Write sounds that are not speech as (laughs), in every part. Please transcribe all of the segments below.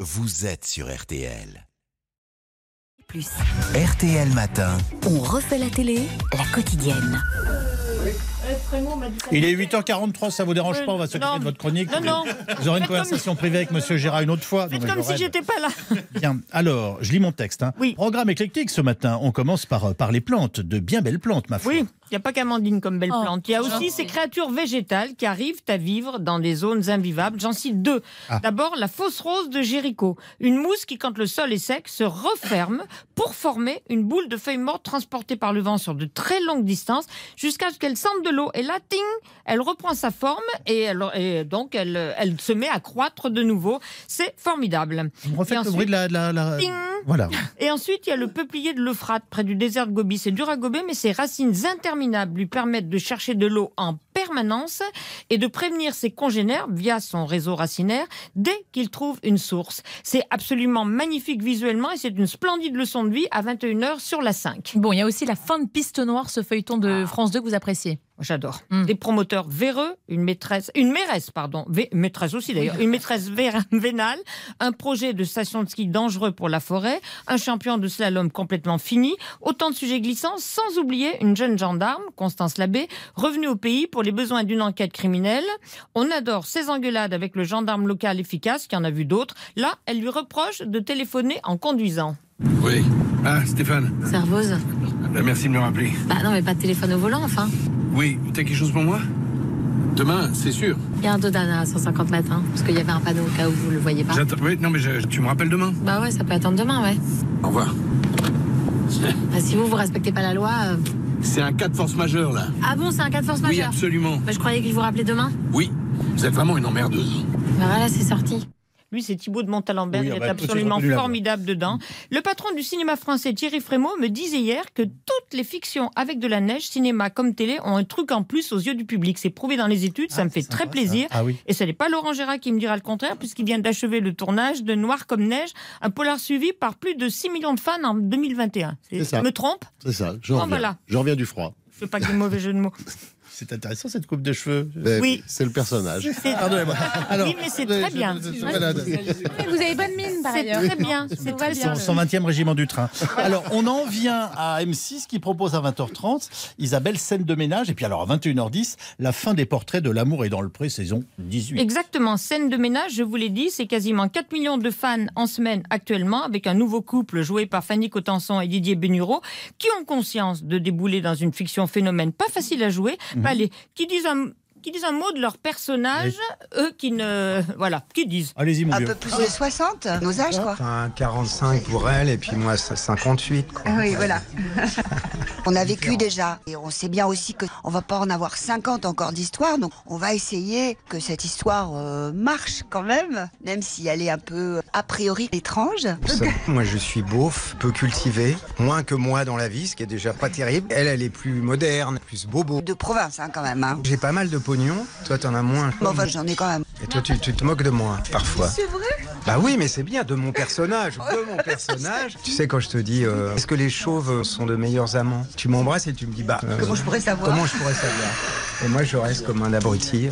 vous êtes sur RTL. Plus. RTL Matin. On refait la télé, la quotidienne. Il est 8h43, ça vous dérange pas, on va s'occuper Non. de votre chronique. Non, non. Vous aurez une Faites comme- conversation privée avec Monsieur Gérard une autre fois. Non, Faites mais comme je si rêve. j'étais pas là. (laughs) Bien, alors, je lis mon texte. hein. Oui. Programme éclectique ce matin. On commence par, euh, par les plantes, de bien belles plantes, ma foi. Oui, il n'y a pas qu'Amandine comme belle Oh, plante. Il y a aussi gentil. ces créatures végétales qui arrivent à vivre dans des zones invivables. J'en cite deux. Ah. D'abord, la fausse rose de Jéricho. Une mousse qui, quand le sol est sec, se referme pour former une boule de feuilles mortes transportée par le vent sur de très longues distances jusqu'à ce qu'elle sente de l'eau. Et là, ting, elle reprend sa forme et, elle- et donc elle, elle se met à croître de nouveau. C'est formidable. Vous me refaites Et le bruit de la... de la- la- Ting. Voilà. Et ensuite, il y a le peuplier de l'Euphrate, près du désert de Gobi. C'est dur à gober, mais ses racines interminables lui permettent de chercher de l'eau en permanence et de prévenir ses congénères, via son réseau racinaire, dès qu'il trouve une source. C'est absolument magnifique visuellement et c'est une splendide leçon de vie à 21h sur la 5. Bon, il y a aussi la fin de Piste Noire, ce feuilleton de France 2 que vous appréciez. J'adore. Mm. Des promoteurs véreux, une maîtresse, une mairesse, pardon, vé- maîtresse aussi d'ailleurs, une maîtresse vér- (laughs) vénale, un projet de station de ski dangereux pour la forêt, un champion de slalom complètement fini, autant de sujets glissants, sans oublier une jeune gendarme, Constance Labbé, revenue au pays pour les besoins d'une enquête criminelle. On adore ses engueulades avec le gendarme local efficace, qui en a vu d'autres. Là, elle lui reproche de téléphoner en conduisant. Oui. Ah, Stéphane, Serveuse euh, merci de me rappeler. Bah non, mais pas de téléphone au volant, enfin. Oui, t'as quelque chose pour moi Demain, c'est sûr. Il y a un dodan à 150 mètres, hein, parce qu'il y avait un panneau au cas où vous le voyez pas. J'attends. Oui, non, mais je- tu me rappelles demain Bah ouais, ça peut attendre demain, ouais. Au revoir. Bah, si vous, vous respectez pas la loi... euh, C'est un cas de force majeure, là. Ah bon, c'est un cas de force Oui, majeure absolument. Bah, je croyais qu'il vous rappelait demain. Oui, vous êtes vraiment une emmerdeuse. Bah voilà, c'est sorti. Lui, c'est Thibaut de Montalembert. Oui, il ah est bah, tout de suite absolument reconnu la voix. formidable dedans. Le patron du cinéma français, Thierry Frémaux, me disait hier que toutes les fictions avec de la neige, cinéma comme télé, ont un truc en plus aux yeux du public. C'est prouvé dans les études, ça me fait très plaisir. Ah oui. Et ce n'est pas Laurent Gérard qui me dira le contraire, puisqu'il vient d'achever le tournage de Noir comme neige, un polar suivi par plus de 6 millions de fans en 2021. C'est- C'est ça. Je me trompe C'est ça, je Oh, reviens. voilà. Je reviens du froid. Je ne veux pas qu'il y ait de mauvais jeu de mots. C'est intéressant cette coupe (laughs) de cheveux. Mais Oui. (laughs) C'est le personnage. C'est- (laughs) Pardonnez-moi. Alors, Oui, mais c'est très je- bien. je- je- voilà. vous avez bonne mine, par C'est très bien. C'est très bien. Son 120e régiment du train. Alors, on en vient à M6 qui propose à 20h30 Isabelle scène de ménage. Et puis alors à 21h10, la fin des portraits de l'amour et dans le pré, saison 18. Exactement, scène de ménage, je vous l'ai dit, c'est quasiment 4 millions de fans en semaine actuellement, avec un nouveau couple joué par Fanny Cotenson et Didier Bénureau, qui ont conscience de débouler dans une fiction phénomène pas facile à jouer, pas les- qui disent un qui disent un mot de leur personnage, eux qui ne... Voilà, qui disent. Allez-y, mon Un vieux. peu plus de 60, nos âges quoi. Enfin, 45 pour elle et puis moi c'est 58. quoi. Ah Oui, voilà. (laughs) on a vécu déjà et on sait bien aussi qu'on va pas en avoir 50 encore d'histoire, donc on va essayer que cette histoire euh, marche quand même, même si elle est un peu euh, a priori étrange. Vous savez, Moi je suis beauf, peu cultivé, moins que moi dans la vie, ce qui est déjà pas terrible. Elle, elle est plus moderne, plus bobo. De province hein, quand même. Hein. J'ai pas mal de pognon, toi t'en as moins. Mais enfin, j'en ai quand même. Et toi tu, tu te moques de moi parfois. bah, vrai Bah oui, mais c'est bien, de mon personnage, (laughs) de mon personnage. Tu sais quand je te dis, euh, est-ce que les chauves sont de meilleurs amants Tu m'embrasses et tu me dis, bah... euh, Comment je pourrais savoir Comment je pourrais savoir Et moi, je reste comme un abruti.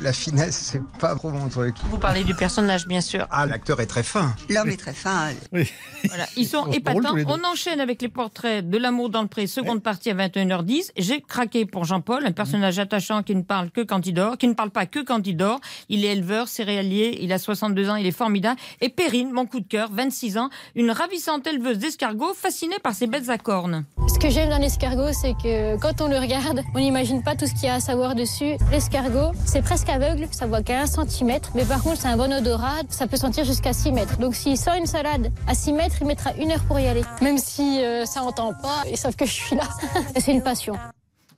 La finesse, c'est pas trop mon truc. Vous parlez du personnage, bien sûr. Ah, l'acteur est très fin. L'homme est très fin. hein. Voilà, ils sont Ils sont drôles, épatants. tous les deux. On enchaîne avec les portraits de l'amour dans le pré, seconde partie à 21h10. J'ai craqué pour Jean-Paul, un personnage Mmh. attachant qui ne parle que quand il dort, qui ne parle pas que quand il dort. Il est éleveur, céréalier, il a 62 ans, il est formidable. Et Perrine, mon coup de cœur, 26 ans, une ravissante éleveuse d'escargots fascinée par ses bêtes à cornes. Ce que j'aime dans l'escargot, c'est que quand on le regarde, on n'imagine pas tout ce qu'il y a à savoir dessus. L'escargot, c'est presque aveugle, ça voit qu'à 1 cm, mais par contre, c'est un bon odorat, ça peut sentir jusqu'à 6 mètres. Donc s'il sent une salade à 6 mètres, il mettra une heure pour y aller. Même si euh, ça entend pas, et sauf que je suis là. (laughs) c'est une passion.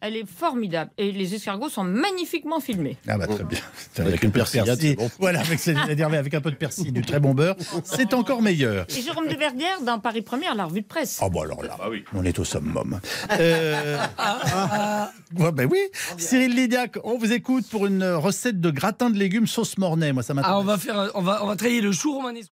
Elle est formidable. Et les escargots sont magnifiquement filmés. Ah bah très bien. Avec une un peu de persillade, c'est bon. Voilà, avec, c'est-à-dire avec un peu de persil, du très bon beurre, c'est encore meilleur. Et (laughs) Jérôme de Verdière dans Paris Première, la revue de presse. Ah bah alors là, on est au summum. Euh, ouais, ben oui, Cyril Lidiac, on vous écoute pour une recette de gratin de légumes sauce mornay. Moi, ça m'intéresse. va faire, on va, on va traiter le chou romanesco.